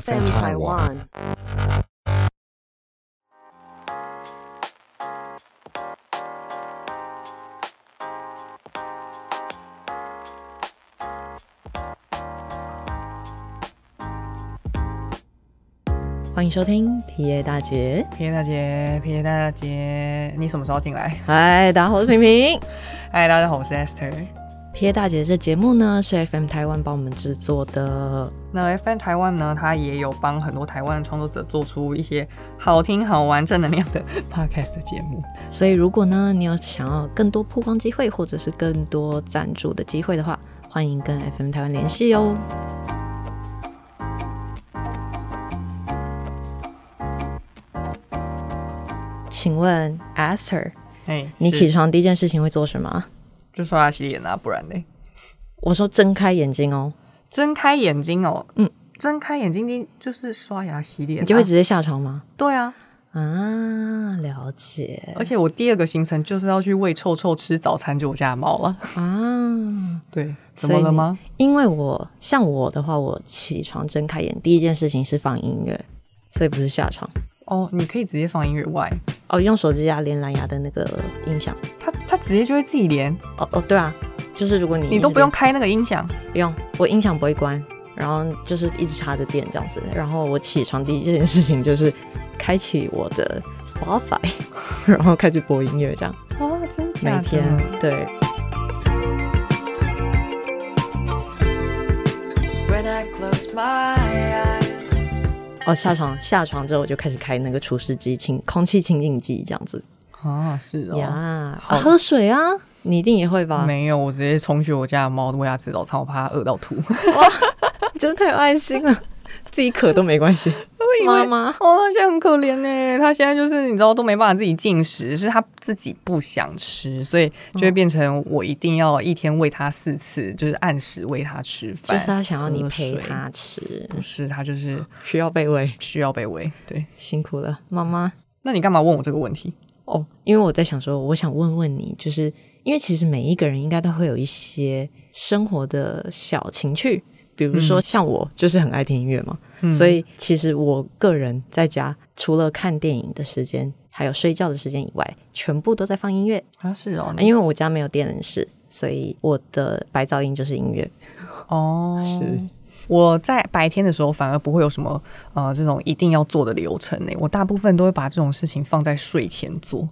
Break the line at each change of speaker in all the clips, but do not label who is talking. FM Taiwan.
欢迎收听 PA 大姐。
皮耶大姐，皮耶大姐，你什么时候进来？
嗨，大家好，我是平平。
嗨，大家好，我是 Esther。
PA 大姐这节目呢是 FM 台湾帮我们制作的，
那 FN 台湾呢，它也有帮很多台湾的创作者做出一些好听、好玩、正能量的 podcast 的节目。
所以如果呢你有想要更多曝光机会或者是更多赞助的机会的话，欢迎跟 FM 台湾联系哦。请问 Esther，
哎，
你
是
起床第一件事情会做什么啊？
就刷牙洗脸啊，不然嘞，
我说睁开眼睛哦，
睁开眼睛哦，
嗯，
睁开眼睛睛就是刷牙洗脸啊、
你就会直接下床吗？
对啊。
啊，了解
而且我第二个行程就是要去喂臭臭吃早餐，就我家的猫了。
啊。
对，怎
所以
么了
你
吗？
因为我像我的话，我起床睁开眼第一件事情是放音乐，所以不是下床。
哦，你可以直接放音乐外，
哦，用手机啊连蓝牙的那个音响。
它它直接就会自己连，
哦哦，对啊，就是如果你
你
一
都
直
不用开那个音响。
不用，我音响不会关，然后就是一直插着电这样子。然后我起床第一件事情就是开启我的 Spotify，然 后开始播音乐这样。
哦，真假的？
每天对。哦，下床下床之后我就开始开那个除湿机、清空气清净机这样子
啊，是哦。
呀、啊
好
喝水啊，你一定也会吧？
没有，我直接冲去我家的猫喂它吃早餐，我怕它饿到吐。
真的太有爱心了， 自己渴都没关系。
以为
妈妈
哦，它现在很可怜呢，它现在就是你知道都没办法自己进食，是它自己不想吃，所以就会变成我一定要一天喂它四次，就是按时喂它吃
就
饭。
是他想要你
喝
陪
水
他吃，
不是它就是
需要被喂，
需要被喂。对，
辛苦了，妈妈。
那你干嘛问我这个问题？
哦，因为我在想说，我想问问你，就是因为其实每一个人应该都会有一些生活的小情趣，比如说像我就是很爱听音乐嘛，
嗯
所以其实我个人在家除了看电影的时间，还有睡觉的时间以外，全部都在放音乐，
啊，是哦，
因为我家没有电视，所以我的白噪音就是音乐。
哦，
是。
我在白天的时候反而不会有什么呃这种一定要做的流程呢、我大部分都会把这种事情放在睡前做。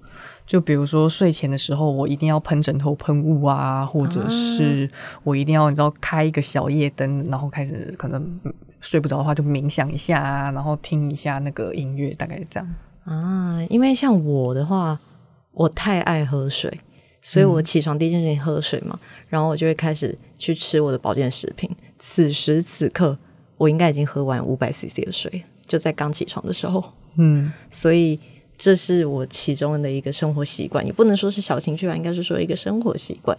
就比如说睡前的时候，我一定要喷枕头喷雾啊，或者是我一定要你知道开一个小夜灯，然后开始可能嗯睡不着的话就冥想一下啊，然后听一下那个音乐，大概是这样。
啊，因为像我的话，我太爱喝水，所以我起床第一件事情喝水嘛，然后我就会开始去吃我的保健食品。此时此刻，我应该已经喝完五百 CC 的水了，就在刚起床的时候，
嗯，
所以这是我其中的一个生活习惯，也不能说是小情趣吧，应该是说一个生活习惯。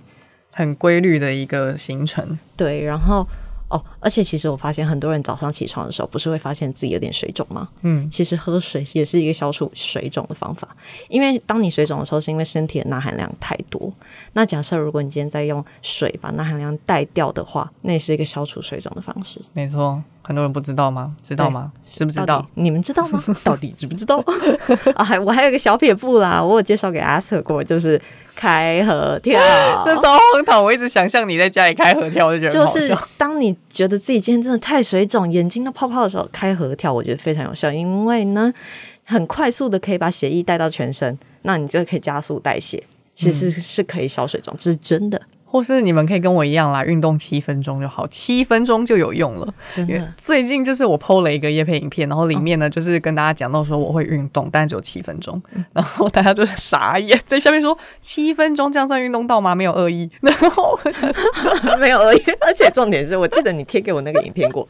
很规律的一个行程。
对，然后哦，而且其实我发现很多人早上起床的时候，不是会发现自己有点水肿吗？
嗯，
其实喝水也是一个消除水肿的方法，因为当你水肿的时候，是因为身体的钠含量太多。那假设如果你今天再用水把钠含量带掉的话，那也是一个消除水肿的方式。
没错，很多人不知道吗？知道吗？知不知
到
道
底？你们知道吗？ 到底知不知道？啊，还我还有一个小撇步啦，我有介绍给阿 Sir 过，就是开合 跳。
这超荒唐！我一直想象你在家里开合跳，我就觉得
就
很好
是
笑。
当你觉得自己今天真的太水肿，眼睛都泡泡的时候，开合跳，我觉得非常有效，因为呢，很快速的可以把血液带到全身，那你就可以加速代谢，其
嗯
实是可以消水肿，这是真 的，
或是你们可以跟我一样啦，运动七分钟就好，七分钟就有用了。
真
因为。最近就是我 PO 了一个叶配影片，然后里面呢、就是跟大家讲到说我会运动，但只有七分钟，
嗯
然后大家就是傻眼，在下面说七分钟这样算运动到吗？没有恶意。 然后我想说
没有而已，而且重点是我记得你贴给我那个影片过，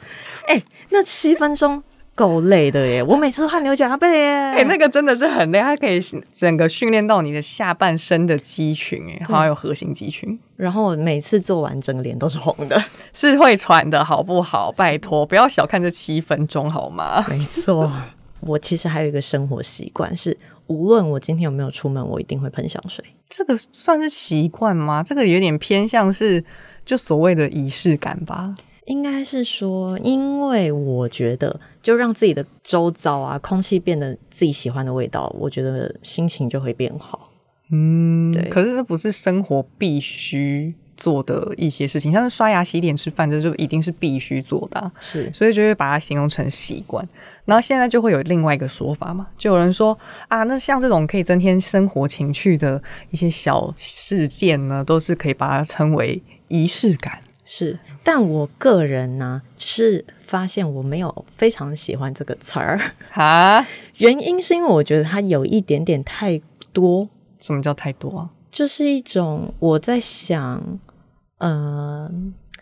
哎、那七分钟够累的耶，我每次都汗流浃背耶，
哎、那个真的是很累，它可以整个训练到你的下半身的肌群、哎，还有核心肌群。
然后我每次做完整个脸都是红的，
是会喘的好不好？拜托，不要小看这七分钟好吗？
没错， 我其实还有一个生活习惯是，无论我今天有没有出门，我一定会喷香水。
这个算是习惯吗？这个有点偏向是就所谓的仪式感吧。
应该是说，因为我觉得，就让自己的周遭啊，空气变得自己喜欢的味道，我觉得心情就会变好。
嗯，
对
可是这不是生活必须做的一些事情，像是刷牙、洗脸、吃饭，这就一定是必须做的啊、
是
所以就会把它形容成习惯。然后现在就会有另外一个说法嘛，就有人说啊，那像这种可以增添生活情趣的一些小事件呢，都是可以把它称为仪式感。
是，但我个人呢、是发现我没有非常喜欢这个词儿，
哈，
原因是因为我觉得它有一点点太多，
什么叫太多啊？
就是一种我在想，呃，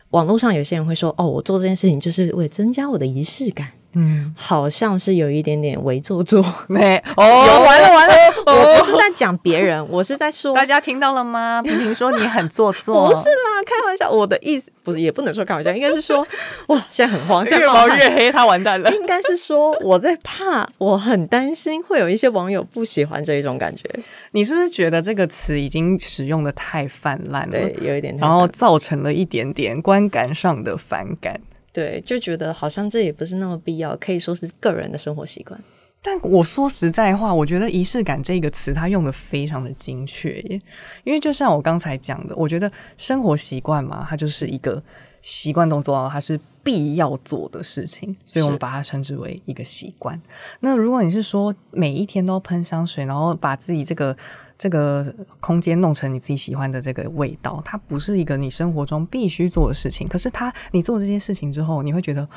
网络上有些人会说，哦，我做这件事情就是为了增加我的仪式感，
嗯，
好像是有一点点为做作。
没
有
哦，
完了完了，我不是在讲别 人，我是在说，
大家听到了吗？ 平平说你很做作，
不是啦，开玩笑，我的意思不是，也不能说开玩笑，应该是 说，哇，现在很慌，现在
越
冒
描
汗
越黑，他完 蛋了。
应该是说我在怕，我很担心会有一些网友不喜欢这一种感觉，
你是不是觉得这个词已经使用的太泛滥了
对？，有一点太，
然后造成了一点点观感上的反感。
对，就觉得好像这也不是那么必要，可以说是个人的生活习惯。
但我说实在话，我觉得“仪式感”这个词，它用的非常的精确耶。因为就像我刚才讲的，我觉得生活习惯嘛，它就是一个习惯动作，啊它是必要做的事情，所以我们把它称之为一个习惯。那如果你是说每一天都喷香水，然后把自己这个这个空间弄成你自己喜欢的这个味道，它不是一个你生活中必须做的事情。可是它，你做这件事情之后，你会觉得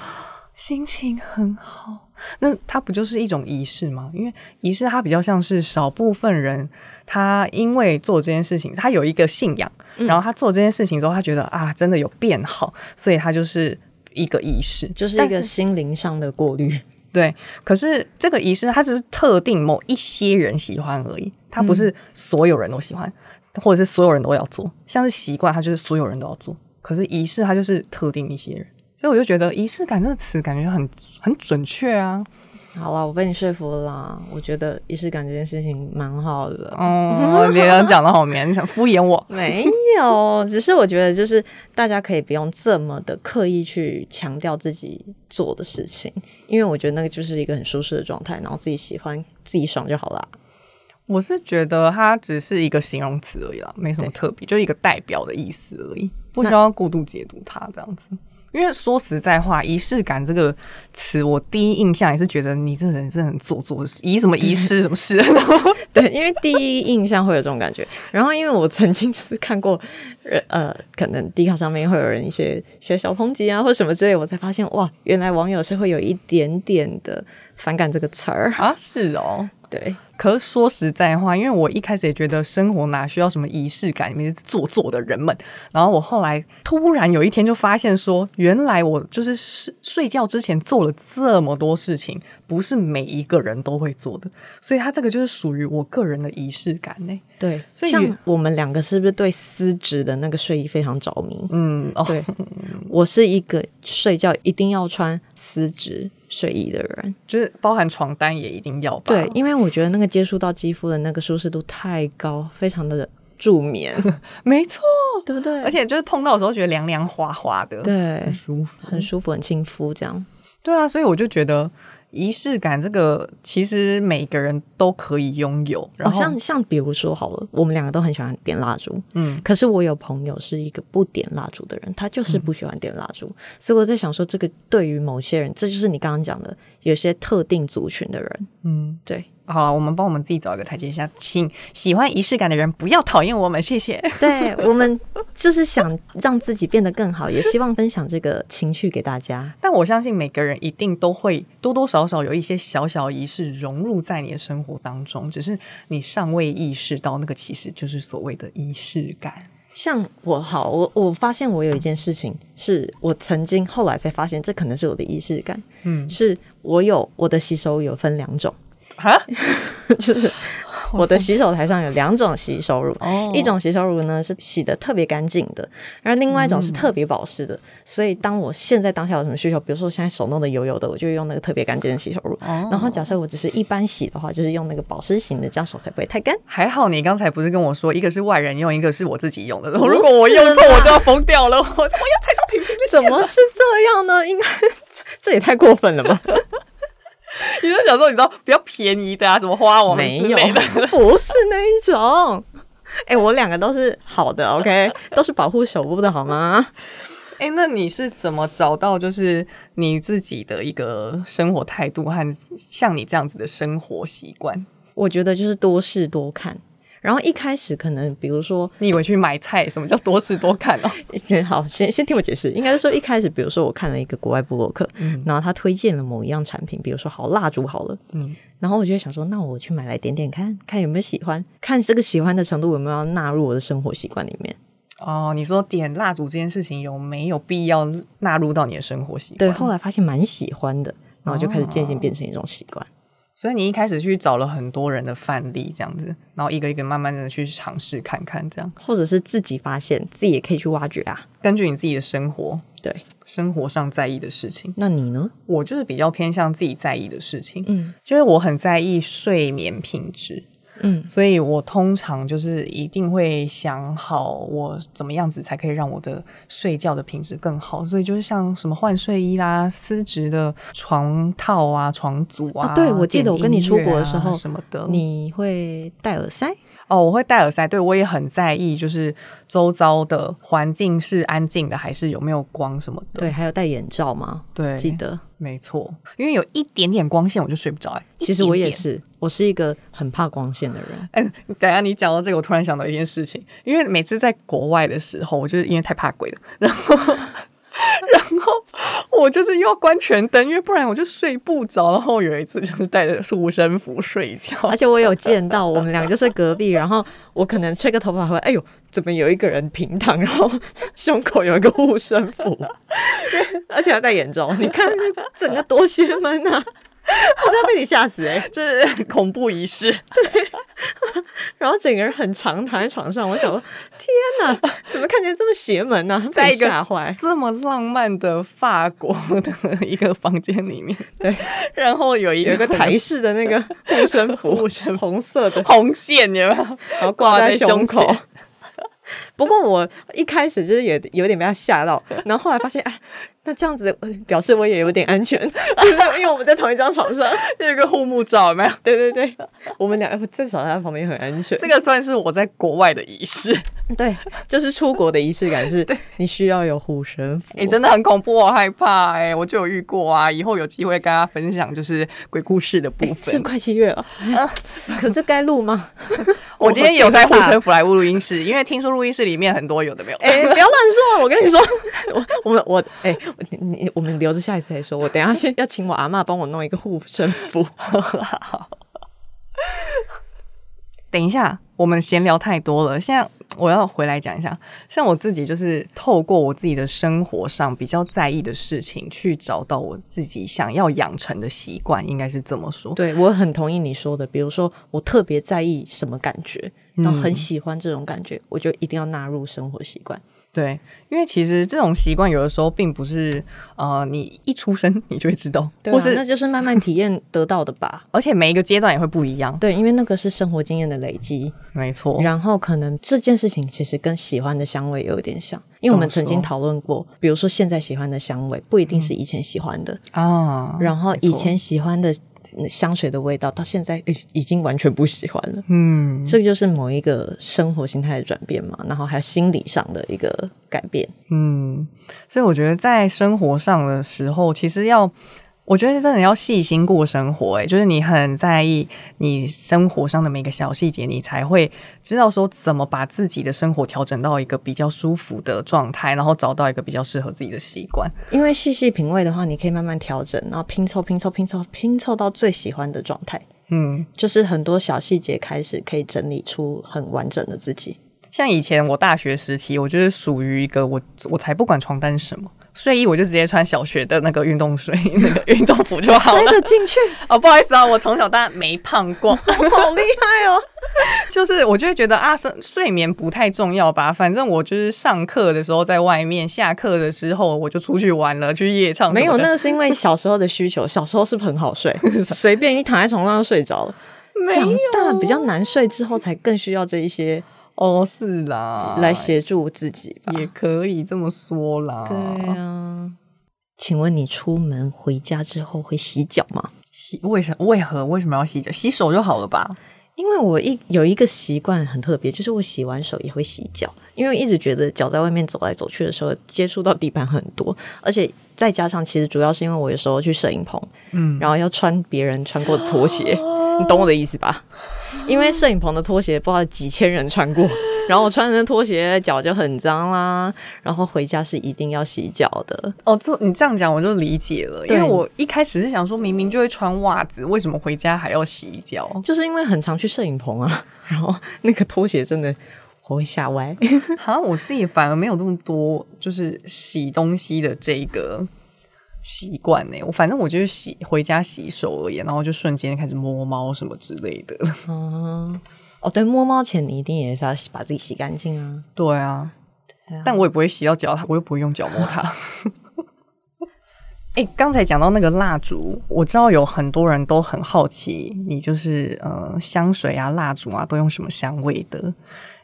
心情很好。那它不就是一种仪式吗？因为仪式它比较像是少部分人，他因为做这件事情，他有一个信仰，
嗯
然后他做这件事情之后，他觉得啊，真的有变好，所以他就是一个仪式，
就是一
但
个心灵上的过滤，
对，可是这个仪式它只是特定某一些人喜欢而已，它
嗯
不是所有人都喜欢，或者是所有人都要做。像是习惯，它就是所有人都要做，可是仪式它就是特定一些人。所以我就觉得“仪式感”这个词感觉很很准确啊。
好啦，我被你说服了啦，我觉得仪式感这件事情蛮好的。
哦，你讲的好绵，你想敷衍 我？
没有，只是我觉得就是大家可以不用这么的刻意去强调自己做的事情，因为我觉得那个就是一个很舒适的状态，然后自己喜欢自己爽就好啦。
我是觉得它只是一个形容词而已啦，没什么特别，就是一个代表的意思而已，不需要过度解读它这样子。因为说实在话，仪式感这个词，我第一印象也是觉得你这人真的很做作，仪什么仪 式什么事，啊然后
对，因为第一印象会有这种感觉，然后因为我曾经就是看过，呃，可能 D 卡上面会有人一些一些小抨击啊或什么之类，我才发现哇，原来网友是会有一点点的反感这个词儿。
啊是哦。
对，
可是说实在话，因为我一开始也觉得生活哪需要什么仪式感，你们是做作的人们。然后我后来突然有一天就发现说，原来我就是睡睡觉之前做了这么多事情，不是每一个人都会做的，所以它这个就是属于我个人的仪式感呢、
对，
所以
像我们两个是不是对丝质的那个睡衣非常着迷？
嗯，哦，
对，我是一个睡觉一定要穿丝质睡衣的人。
就是包含床单也一定要吧。
对，因为我觉得那个接触到肌肤的那个舒适度太高，非常的助 眠，
没错，
对不对？
而且嗯就是碰到的时候觉得凉凉滑滑的，，
对
很，舒服。
很舒服，很亲肤，这样哦
对啊，所以我就觉得仪式感这个其实每个人都可以拥有。然
哦，
后，
像像比如说好了，我们两个都很喜欢点蜡烛，
嗯，
可是我有朋友是一个不点蜡烛的人，他就是不喜欢点蜡
嗯
烛，所以我在想说，这个对于某些人，这就是你刚刚讲的，有些特定族群的人，
嗯，
对，
好了，我们帮我们自己找一个台阶下，请喜欢仪式感的人不要讨厌我们，谢 谢。
对我们就是想让自己变得更好，也希望分享这个情绪给大家。
但我相信每个人一定都会多多少少有一些小小仪式融入在你的生活当中，只是你尚未意识到那个其实就是所谓的仪式感。
像我好，我我发现我有一件事情，是我曾经后来才发现，这可能是我的仪式感，
嗯，
是我有我的洗手有分两种，
哈，
就是我的洗手台上有两种洗手乳，
哦
一种洗手乳呢是洗的特别干净的，而另外一
嗯
种是特别保湿的。所以当我现在当下有什么需求，比如说我现在手弄得油油的，我就用那个特别干净的洗手乳。
哦
然后假设我只是一般洗的话，就是用那个保湿型的，这样手才不会太干。
还好你刚才不是跟我说一个是外人用，一个是我自己用的。如
是
果我用错，
啦
我就要疯掉了。我我又踩到平平了。
怎么是这样呢？应该这也太过分了吧？
你就想说，你知道比较便宜的啊，什么花王
没
之
有
类的，，
不是那一种。 哎、我两个都是好的，OK，都是保护手部的好吗？
哎、那你是怎么找到就是你自己的一个生活态度和像你这样子的生活习惯？
我觉得就是多试多看。然后一开始可能，比如说，
你以为去买菜，什么叫多试多看哦？
好，先先听我解释，应该是说一开始，比如说我看了一个国外布洛克，然后他推荐了某一样产品，比如说好蜡烛好了，
嗯，
然后我就会想说，那我去买来点点看看有没有喜欢，看这个喜欢的程度有没有要纳入我的生活习惯里面。
哦，你说点蜡烛这件事情有没有必要纳入到你的生活习惯？
对，后来发现蛮喜欢的，然后就开始渐渐变成一种习惯。
所以你一开始去找了很多人的范例，这样子，然后一个一个慢慢的去尝试看看，这样
或者是自己发现，自己也可以去挖掘啊。
根据你自己的生活、
对，
生活上在意的事情，
那你呢？
我就是比较偏向自己在意的事情，
嗯
就是我很在意睡眠品质，
嗯
所以我通常就是一定会想好我怎么样子才可以让我的睡觉的品质更好，所以就是像什么换睡衣啦、丝质的床套啊、床组啊，
啊对我记得
电
我跟你
音乐
出国的时候
啊什么的，
你会戴耳塞？
哦，我会戴耳塞，对我也很在意，就是周遭的环境是安静的，还是有没有光什么的，
对，还有戴眼罩吗？
对，
记得。
没错，因为有一点点光线我就睡不着、哎，
其实我
一
也
点点
是，我是一个很怕光线的人。
哎，等一下你讲到这个，我突然想到一件事情，因为每次在国外的时候，我就是因为太怕鬼了，然后然后我就是又要关全灯，因为不然我就睡不着。然后有一次就是带着护身符睡觉，
而且我有见到，我们俩就是隔壁，然后我可能吹个头发回来，哎呦，怎么有一个人平躺，然后胸口有一个护身符， 而且还戴眼罩，你看这整个多邪门呐、 我真的被你吓死 哎、
这是恐怖仪式。
然后整个人很长躺在床上，我想说，天哪，怎么看起来这么邪门呢、
在
被
一个
吓坏，
这么浪漫的法国的一个房间里面，对，然后有一
有一个台
人
式的那个护身 符，护身红色的，
红线，有没有？
然后挂在
挂在胸
胸口
前。
不过我一开始就是也有点被他吓到，然后后来发现，哎，那这样子呃表示我也有点安全， 就是因为我们在同一张床上。
有一个护目罩，有没有？
对对对，我们俩至少在旁边很安全。
这个算是我在国外的仪式。
对，就是出国的仪式感是，你需要有护身符。
哎、真的很恐怖，我害怕哎、我就有遇过啊。以后有机会跟大家分享就是哎鬼故事的部
哎是
分。
快七 月了，可是该录吗？
我今天有带护身符来录音室，因为听说录音室里面很多有的没 有。
哎、不要乱说！我跟 你说，我我们我哎、我你你我们留着下一次再说。我等一下先要请我阿嬷帮我弄一个护身符。
等一下，我们闲聊太多了，现在我要回来讲一下。像我自己就是透过我自己的生活上比较在意的事情，去找到我自己想要养成的习惯，应该是这么说。
对我很同意你说的，比如说我特别在意什么感觉，然后很喜欢这种感觉，我就一定要纳入生活习惯。
对，因为其实这种习惯有的时候并不是呃，你一出生你就会知道，
对、
或
啊，那
是
就是慢慢体验得到的吧。
而且每一个阶段也会不一样。
对，因为那个是生活经验的累积，
没错，
然后可能这件事情其实跟喜欢的香味有点像，因为我们曾
怎么说
经讨论过，比如说现在喜欢的香味不一定是以前喜欢的，
啊，
然后以
没错
前喜欢的嗯香水的味道，到现在已已经完全不喜欢了。
嗯
这个就是某一个生活心态的转变嘛，然后还有心理上的一个改变。
嗯，所以我觉得在生活上的时候，其实要。我觉得真的要细心过生活、欸，就是你很在意你生活上的每个小细节，你才会知道说怎么把自己的生活调整到一个比较舒服的状态，然后找到一个比较适合自己的习惯。
因为细细品味的话，你可以慢慢调整，然后拼凑、拼凑、拼凑、拼凑到最喜欢的状态，
嗯，
就是很多小细节开始可以整理出很完整的自己。
像以前我大学时期，我就是属于一个我我才不管床单是什么睡衣，我就直接穿小学的那个运动睡那个运动服就好
塞
了。
得进去，
哦，不好意思啊，我从小到大没胖过，
好厉害哦！
就是我就会觉得啊，睡睡眠不太重要吧，反正我就是上课的时候在外面，下课的时候我就出去玩了，去夜唱什么的。
没有，那个是因为小时候的需求，小时候是不是很好睡，随便一躺在床上就睡着了。
没
长大比较难睡之后，才更需要这一些
哦，是啦，
来协助自己吧。
也可以这么说啦。
对啊，请问你出门回家之后会洗脚吗？
洗为什为何为什么要洗脚？洗手就好了吧？
因为我一有一个习惯很特别，就是我洗完手也会洗脚，因为一直觉得脚在外面走来走去的时候接触到地板很多，而且再加上其实主要是因为我有时候去摄影棚，
嗯，
然后要穿别人穿过的拖鞋，你懂我的意思吧？因为摄影棚的拖鞋不知道几千人穿过，然后我穿着那拖鞋脚就很脏啦，然后回家是一定要洗脚的。
哦，这你这样讲我就理解了，因
对
为我一开始是想说，明明就会穿袜子，为什么回家还要洗脚？
就是因为很常去摄影棚啊，然后那个拖鞋真的我会吓歪。
好像我自己反而没有那么多就是洗东西的这一个习惯欸呢。我反正我就是洗回家洗手而已，然后就瞬间开始摸猫什么之类的。
哦，哦，对，摸猫前你一定也是要洗把自己洗干净啊。
对啊，
对啊
但我也不会洗到脚，我又不会用脚摸它。 哎、刚才讲到那个蜡烛，我知道有很多人都很好奇，你就是呃香水啊、蜡烛啊都用什么香味的？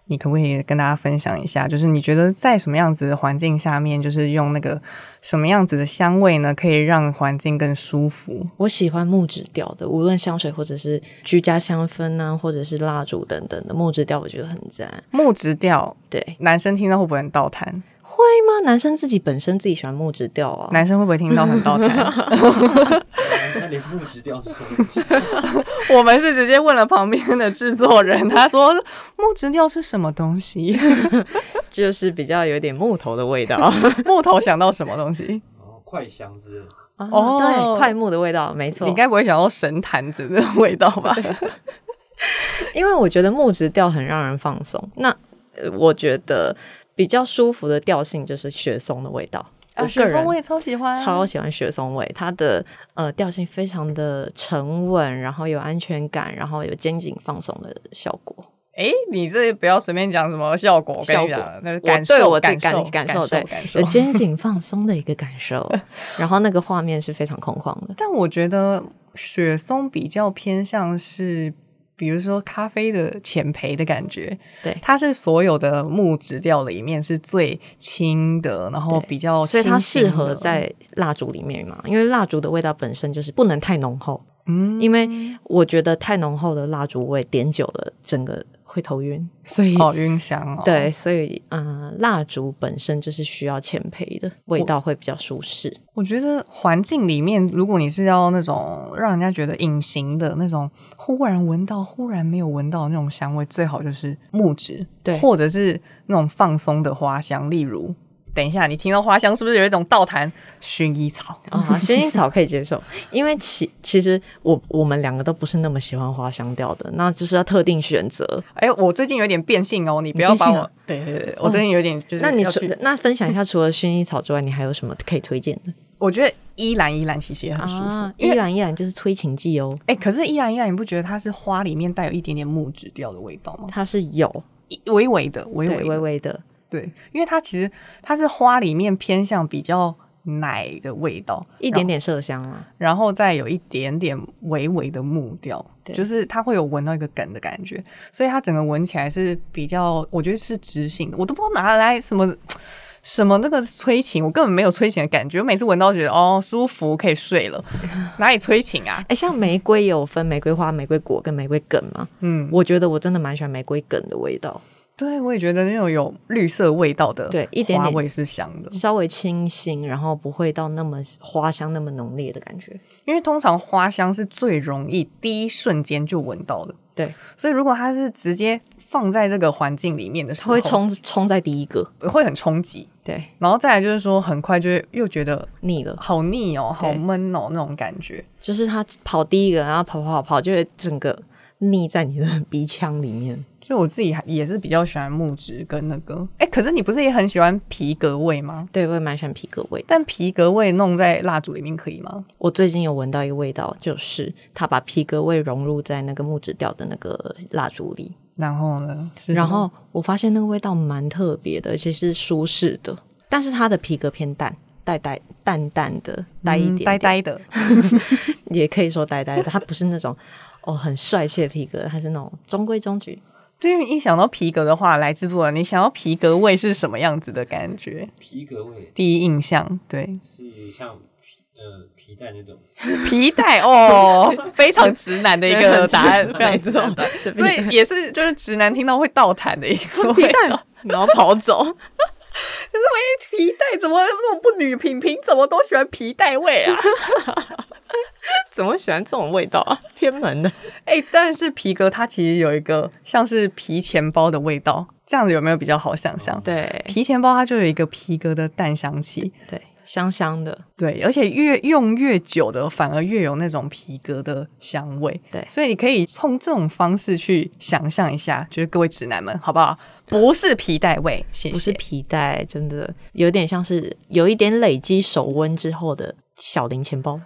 你可不可以跟大家分享一下？就是你觉得在什么样子的环境下面，就是用那个什么样子的香味呢，可以让环境更舒服？
我喜欢木质调的，无论香水或者是居家香氛啊，或者是蜡烛等等的木质调，我觉得很赞。
木质调，
对，
男生听到会不会很倒弹？
会吗？男生自己本身自己喜欢木质调啊。
男生会不会听到很倒弹？
男生连木质调是什么意思？
我们是直接问了旁边的制作人，他说木质调是什么东西？
就是比较有点木头的味 道。哦
木头想到什么东西？
哦，快香之类的。
哦，
哦
对，快木的味道，没错。
你该不会想到神坛子的味道吧？
因为我觉得木质调很让人放松。那、呃我觉得比较舒服的调性就是雪松的味道。
啊
我个人
也超喜欢
超喜欢雪松味，它的呃调性非常的沉稳，然后有安全感，然后有肩颈放松的效果。
哎、你这不要随便讲什么效果，我跟
效
你
果
讲，那个
我
感受，
对我自己
感
感
受，
感
受，
对
感受
有。 肩颈放松的一个感受，然后那个画面是非常空旷的。
但我觉得雪松比较偏向是，比如说咖啡的浅焙的感觉，
对
它是所有的木质调里面是最轻的，然后
对
比较
所以它适合
哦清新的
在蜡烛里面嘛，因为蜡烛的味道本身就是不能太浓厚，
嗯
因为我觉得太浓厚的蜡烛味点久了，整个会头晕。所以，
哦晕香哦，
对，所以嗯、呃蜡烛本身就是需要浅焙的，味道会比较舒适。
我觉得环境里面，如果你是要那种让人家觉得隐形的那种，忽然闻到、忽然没有闻到的那种香味，最好就是木质，
对
或者是那种放松的花香，例如。等一下，你听到花香是不是有一种倒弹薰衣草？
啊、薰衣草可以接受，因为其其实我我们两个都不是那么喜欢花香调的，那就是要特定选择。
哎、我最近有点变性哦，你不要
变
把
性
我
了。嗯
对对对，我最近有点就是、
那你除
说，
那分享一下，除了薰衣草之外，你还有什么可以推荐的？
我觉得依兰依兰其实也很舒服。
啊，依然依然就是催情剂哦，
哎、可是依兰依兰，你不觉得它是花里面带有一点点木质调的味道吗？
它是有
一微微的，微
对
微的
微微的，
对，因为它其实它是花里面偏向比较奶的味道，
一点点麝香啊，
然后，然后再有一点点微微的木调，
对
就是它会有闻到一个梗的感觉，所以它整个闻起来是比较，我觉得是直性的，我都不知道拿来什么。什么那个催情，我根本没有催情的感觉，我每次闻到觉得哦舒服，可以睡 了，哪里催情啊？
哎，像玫瑰有分玫瑰花、玫瑰果跟玫瑰梗嘛，
嗯，
我觉得我真的蛮喜欢玫瑰梗的味道，
对我也觉得那种有绿色味道的，
对一点点
味是香的，
稍微清新，然后不会到那么花香那么浓烈的感觉。
因为通常花香是最容易第一瞬间就闻到的，
对，
所以如果它是直接放在这个环境里面的时
它
候，
会冲冲在第一个，
会很冲击，
对，
然后再来就是说很快就会又觉得
腻了。
好腻哦，
对
好闷哦那种感觉。
就是他跑第一个，然后跑跑跑，就会整个腻在你的鼻腔里面。
所以我自己还也是比较喜欢木质跟那个，哎，可是你不是也很喜欢皮革味吗？
对，我也蛮喜欢皮革味的。
但皮革味弄在蜡烛里面可以吗？
我最近有闻到一个味道，就是他把皮革味融入在那个木质调的那个蜡烛里，
然后呢？是什么
然后我发现那个味道蛮特别的，而且是舒适的，但是它的皮革偏淡。淡淡淡淡的，呆一点
嗯呆
点，
呆的，
也可以说呆呆的。它不是那种哦很帅气的皮革，它是那种中规中矩。
对于一想到皮革的话，来制作人，你想要皮革味是什么样子的感觉？
皮革味
第一印象，对
是像皮呃皮带那种，
皮带 哦，非常直男的一个答案，非常直
错
男，所以也是就是直男听到会倒弹的一 个
皮
味道。
带，然后跑 走。
可是我一皮带怎么那么不女品品，怎么都喜欢皮带味啊？
怎么喜欢这种味道啊？偏门的，
哎、但是皮革它其实有一个像是皮钱包的味道，这样子有没有比较好想象？
哦对
皮钱包它就有一个皮革的淡香气，
对，香香的，
对，而且越用越久的反而越有那种皮革的香味，
对
所以你可以从这种方式去想象一下，就是各位直男们好不好？不是皮带味，谢谢。
不是皮带，真的有点像是有一点累积手温之后的小零钱 包。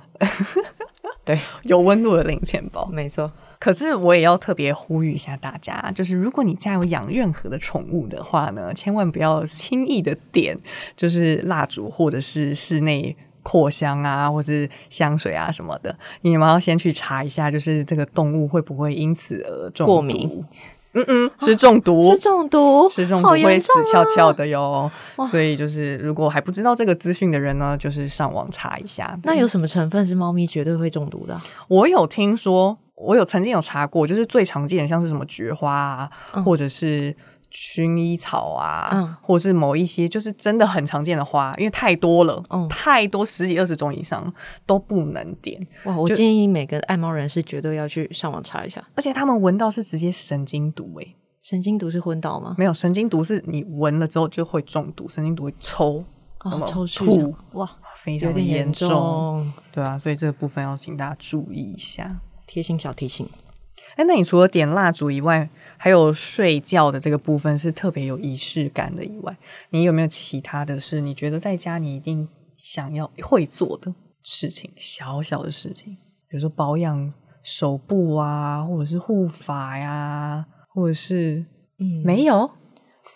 对，
有温度的零钱包，
没错，
可是我也要特别呼吁一下大家，就是如果你家有养任何的宠物的话呢，千万不要轻易的点，就是蜡烛或者是室内。扩香啊，或者是香水啊什么的，你们要先去查一下，就是这个动物会不会因此而中毒
过敏？哦
嗯嗯，是中毒，
是中毒，
是中毒
好
会
严
死
重
翘
啊
翘的哟。所以就是，如果还不知道这个资讯的人呢，就是上网查一下。
那有什么成分是猫咪绝对会中毒的啊、
我有听说，我有曾经有查过，就是最常见的像是什么菊花啊，
嗯
或者是薰衣草啊，
嗯
或者是某一些就是真的很常见的花，因为太多了，
嗯
太多十几二十种以上都不能点，
哇，我
就
建议每个爱猫人士绝对要去上网查一下，
而且他们闻到是直接神经毒诶、
神经毒是昏倒吗？
没有神经毒是你闻了之后就会中毒，神经毒会抽，什
哦，
么
抽搐
吐
是吧，哇，
非
有
常的
点严
重，
重，
对啊，所以这个部分要请大家注意一下。
贴心小提醒。
哎，那你除了点蜡烛以外，还有睡觉的这个部分是特别有仪式感的以外，你有没有其他的是你觉得在家你一定想要会做的事情？小小的事情，比如说保养手部啊，或者是护发呀、或者是
嗯
没有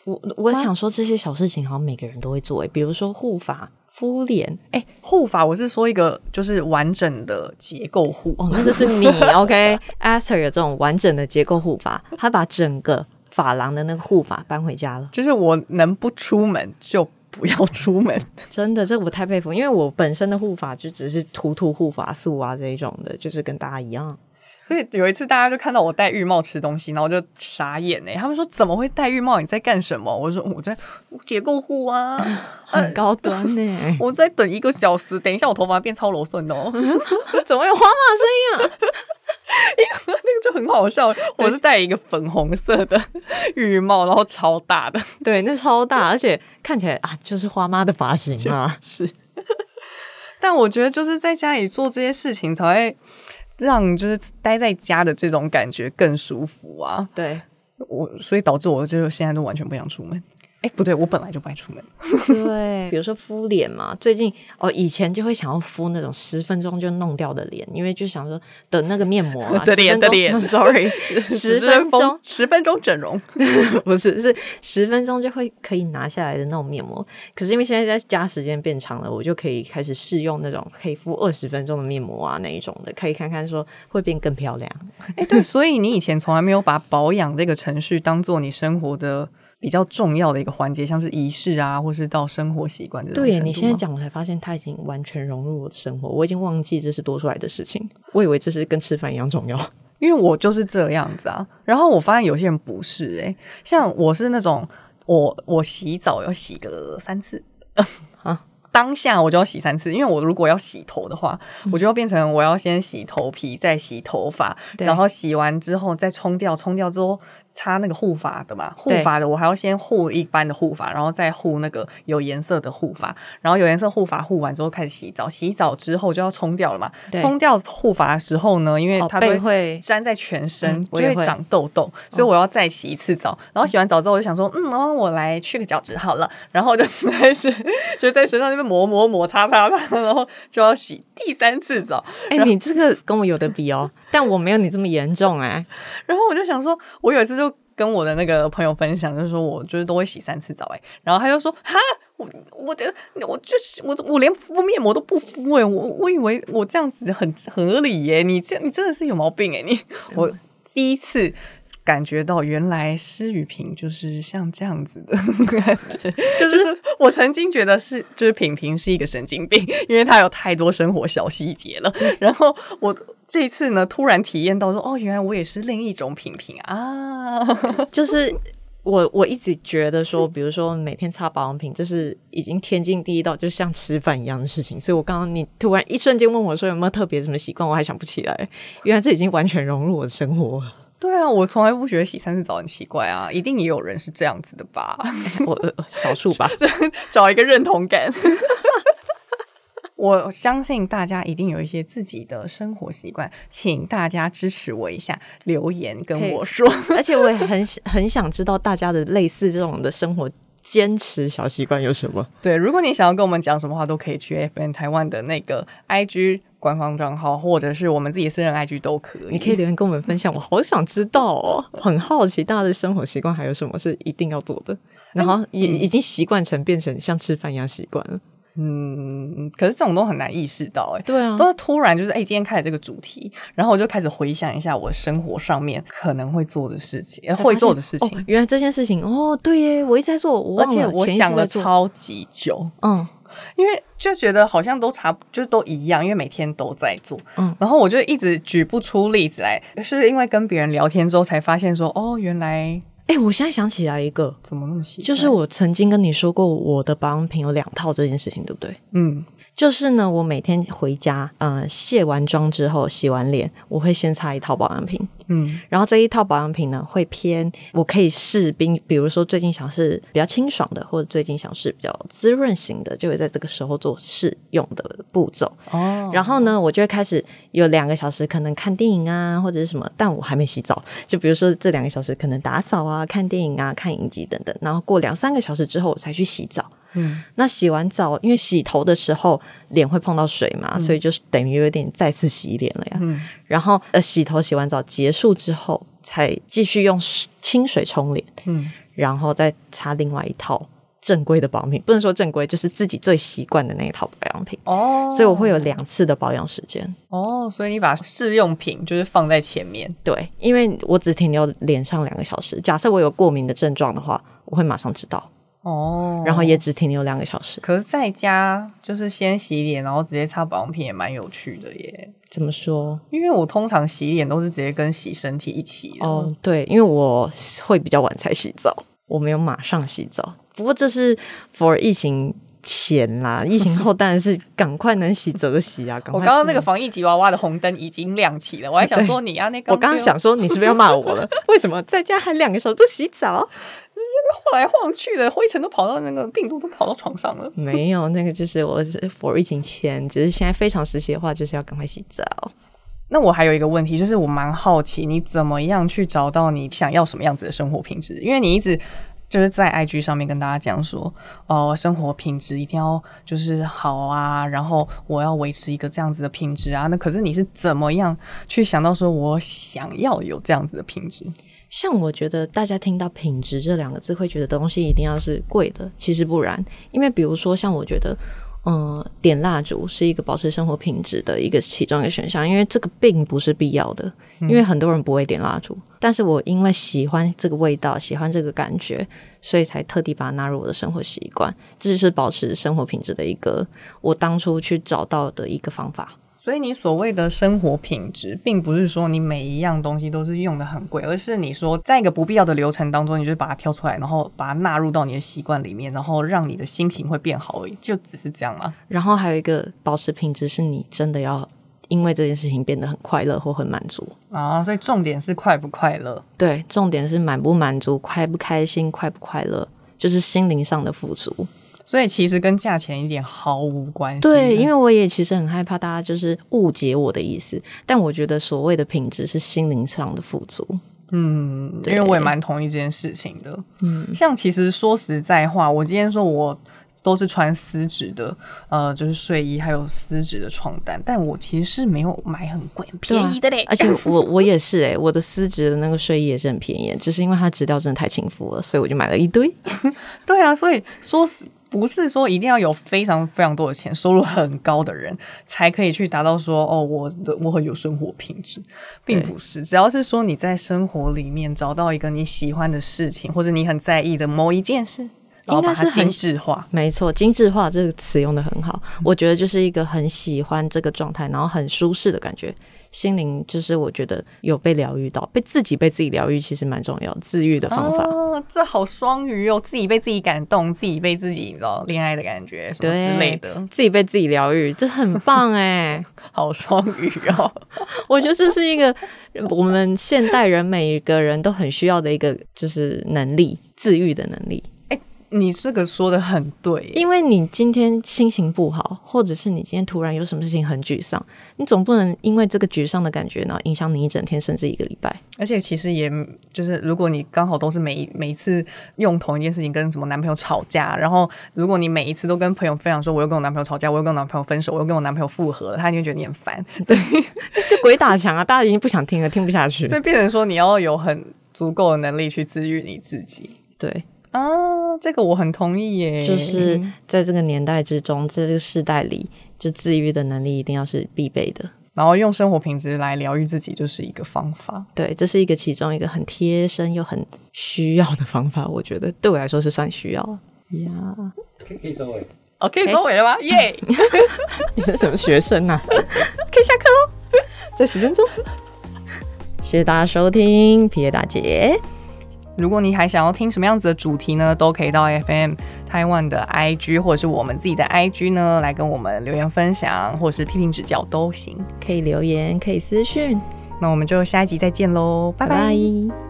我我
啊
想说这些小事情好像每个人都会做、欸，比如说护发、敷脸，
哎护发，我是说一个就是完整的结构护
哦，那就是 你 OK。Aster 有这种完整的结构护发，他把整个发廊的那个护发搬回家了，
就是我能不出门就不要出门。
真的，这我太佩服，因为我本身的护发就只是涂涂护发素啊这一种的，就是跟大家一样。
所以有一次，大家就看到我戴浴帽吃东西，然后就傻眼哎、他们说怎么会戴浴帽？你在干什么？我说我在解构护啊，
很高端呢、欸，
我在等一个小时，等一下我头发变超柔顺的哦。
怎么有黄马声音啊？
那个就很好笑。我是戴一个粉红色的浴帽，然后超大的，
对，那超大，而且看起来啊，就是花妈的发型啊，
是。 但我觉得就是在家里做这些事情，才会让就是待在家的这种感觉更舒服啊。
对，
我所以导致我就现在都完全不想出门。哎、不对，我本来就不爱出门。，
对，比如说敷脸嘛，最近哦，以前就会想要敷那种十分钟就弄掉的脸，因为就想说等那个面膜啊
的脸
10分钟
的脸
，sorry，十 分钟
十分钟整容，
不是是十分钟就会可以拿下来的那种面膜。可是因为现在在家时间变长了，我就可以开始试用那种可以敷二十分钟的面膜啊那一种的，可以看看说会变更漂亮。
哎，对，所以你以前从来没有把保养这个程序当做你生活的比较重要的一个环节，像是仪式啊，或是到生活习惯这种程
对
度
耶，
吗。
你现在讲我才发现它已经完全融入我的生活，我已经忘记这是多出来的事情，我以为这是跟吃饭一样重要。
因为我就是这样子啊。然后我发现有些人不是哎、像我是那种我我洗澡要洗个三次
啊。
当下我就要洗三次，因为我如果要洗头的话，
嗯
我就要变成我要先洗头皮，再洗头发，
对
然后洗完之后再冲掉，冲掉之后擦那个护发的嘛，护
对
发的我还要先护一般的护发，然后再护那个有颜色的护发，然后有颜色护发护完之后开始洗澡，洗澡之后就要冲掉了嘛，
对
冲掉护发的时候呢，因为
哦
它
背
都
会
粘在全身，
嗯
就
我也
会
会哦
长痘痘，所以我要再洗一次澡。然后洗完澡之后，我就想说，嗯，哦，我来去个角质好了，然后我就 开始就在身上那边磨磨磨擦擦擦，然后就要洗第三次澡。
哎、你这个跟我有的比哦，但我没有你这么严重哎、
然后我就想说，我有一次就跟我的那个朋友分享，就是说我就是都会洗三次澡哎、然后他就说哈。我我的我就是我我连敷面膜都不敷哎、我我以为我欸这样子很很合理耶、你这你真的是有毛病哎、你我第一次感觉到原来施雨萍就是像这样子的 感觉，
就
就是是我曾经觉得是，就是品平是一个神经病， 因为他有太多生活小细节了。然后我这一次呢，突然体验到说，哦，原来我也是另一种品平啊，
就是我我一直觉得说，比如说每天擦保养品，这是已经天经地义到就像吃饭一样的事情。所以我刚刚你突然一瞬间问我说有没有特别什么习惯，我还想不起来，原来这已经完全融入我的生活 了。
对啊，我从来不觉得洗三次澡很奇怪啊，一定也有人是这样子的吧？
我、呃、少数吧，
找一个认同感。我相信大家一定有一些自己的生活习惯，请大家支持我一下，留言
可
跟
以
我说。
而且我也很很想知道大家的类似这种的生活坚持小习惯有什么。
对，如果你想要跟我们讲什么话，都可以去 FN 台湾的那个 IG 官方账号，或者是我们自己私人 IG 都可以。
你可以留言跟我们分享，我好想知道哦，很好奇大家的生活习惯还有什么是一定要做的，然后也已经习惯成变成像吃饭一样习惯了。
嗯，可是这种都很难意识到、欸，
对啊
都是突然就是哎、今天开了这个主题，然后我就开始回想一下我生活上面可能会做的事情，呃会做的事
哦
情。，
原来这件事情哦，对耶，我一直在做，我
而
忘
且
了，
我
潜意识
想
在
了
做，
超级久，
嗯，
因为就觉得好像都差不，就是都一样，因为每天都在做。
嗯
然后我就一直举不出例子来，是因为跟别人聊天之后才发现说，哦，原来
哎、我现在想起来一个，
怎么那么奇怪？
就是我曾经跟你说过我的保养品有两套这件事情，对不对？
嗯，
就是呢，我每天回家，呃，卸完妆之后，洗完脸，我会先擦一套保养品，
嗯
然后这一套保养品呢，会偏我可以试冰，比如说最近想试比较清爽的，或者最近想试比较滋润型的，就会在这个时候做试用的步骤。
哦，
然后呢，我就会开始有两个小时可能看电影啊，或者是什么，但我还没洗澡。就比如说这两个小时可能打扫啊、看电影啊、看影集等等，然后过两三个小时之后我才去洗澡。
嗯
那洗完澡，因为洗头的时候脸会碰到水嘛，所以就是等于有点再次洗脸了呀。
嗯
然后呃，洗头洗完澡结束之后，才继续用水清水冲脸，
嗯
然后再擦另外一套正规的保养品，不能说正规，就是自己最习惯的那一套保养品。
哦，
所以我会有两次的保养时间，
哦，所以你把试用品就是放在前面，
对，因为我只停留脸上两个小时。假设我有过敏的症状的话，我会马上知道，
哦
然后也只停留两个小时。
可是在家就是先洗脸，然后直接擦保养品也蛮有趣的耶。
怎么说？
因为我通常洗脸都是直接跟洗身体一起的。
哦，对，因为我会比较晚才洗澡，我没有马上洗澡。不过这是 for 疫情前啦，疫情后当然是赶快能洗则洗啊。赶
我
快
刚刚
出
那个
门，
防疫吉娃娃的红灯已经亮起了，我还想说你啊，那个
我刚刚想说你是不是要骂 我了？为什么在家还两个小时不洗澡？
晃来晃去的，灰尘都跑到那个病毒都跑到床上了。
没有，那个就是我是 for 疫情前，只是现在非常时期的话，就是要赶快洗澡。
那我还有一个问题，就是我蛮好奇你怎么样去找到你想要什么样子的生活品质，因为你一直。就是在 IG 上面跟大家讲说，哦，生活品质一定要就是好啊，然后我要维持一个这样子的品质啊。那可是你是怎么样去想到说我想要有这样子的品质？
像我觉得大家听到“品质”这两个字，会觉得东西一定要是贵的，其实不然。因为比如说，像我觉得，嗯、点蜡烛是一个保持生活品质的一个其中一个选项，因为这个并不是必要的，因为很多人不会点蜡烛。但是我因为喜欢这个味道，喜欢这个感觉，所以才特地把它纳入我的生活习惯。这就是保持生活品质的一个我当初去找到的一个方法。
所以你所谓的生活品质，并不是说你每一样东西都是用的很贵，而是你说在一个不必要的流程当中，你就把它挑出来，然后把它纳入到你的习惯里面，然后让你的心情会变好而已，就只是这样吗？
然后还有一个保持品质，是你真的要因为这件事情变得很快乐或很满足。
啊，所以重点是快不快乐。
对，重点是满不满足、开不开心、快不快乐，就是心灵上的富足。
所以其实跟价钱一点毫无关系。
对，因
为
为我也其实很害怕大家就是误解我的意思，但我觉得所谓的品质是心灵上的富足。
嗯，因
对
为我也蛮同意这件事情的。
嗯，
像其实说实在话，我今天说我都是穿丝质的，呃，就是睡衣还有丝质的床单，但我其实是没有买很贵、很便宜的嘞。
而且我 我也是诶、我的丝质的那个睡衣也是很便宜，只是因为它质料真的太亲肤了，所以我就买了一堆。
对啊，所以说实不是说一定要有非常非常多的钱，收入很高的人才可以去达到说哦，我的我很有生活品质，并不是。只要是说你在生活里面找到一个你喜欢的事情，或者你很在意的某一件事，然后把它
应该是
精
很
致化。
没错，精致化这个词用的很好，
嗯
我觉得就是一个很喜欢这个状态，然后很舒适的感觉，心灵就是我觉得有被疗愈到，被自己被自己疗愈其实蛮重要，自愈的方法。
啊，这好双鱼哦，自己被自己感动，自己被自己你知道恋爱的感觉什么
对，
之类的，
自己被自己疗愈，这很棒哎、
好双鱼哦。
我觉得这是一个我们现代人每一个人都很需要的一个就是能力，自愈的能力。
你这个说的很对耶，
因为你今天心情不好，或者是你今天突然有什么事情很沮丧，你总不能因为这个沮丧的感觉，然后影响你一整天，甚至一个礼拜。
而且其实也就是，如果你刚好都是每一每一次用同一件事情跟什么男朋友吵架，然后如果你每一次都跟朋友分享说我又跟我男朋友吵架，我又跟我男朋友分手，我又跟我男朋友复合了，他就会觉得你很烦， 所以
就鬼打墙啊！大家已经不想 听了，听不下去
所。以变成说你要有很足够的能力去治愈你自己
对，
啊，这个我很同意耶，
嗯就是在这个年代之中，在这个世代里，就自愈的能力一定要是必备的。
然后用生活品质来疗愈自己就是一个方法。
对，这是一个其中一个很贴身又很需要的方法，我觉得对我来说是算需要了。
可以可以收尾。
哦，可以收尾了 吗？耶、
你是什么学生呐、 可以下课喽，再十分钟。 谢谢大家收听，皮耶大姐。
如果你还想要听什么样子的主题呢，都可以到 FM 台湾的 IG 或者是我们自己的 IG 呢，来跟我们留言分享，或者是批评指教都行。
可以留言，可以私讯，
那我们就下一集再见喽，拜拜
拜拜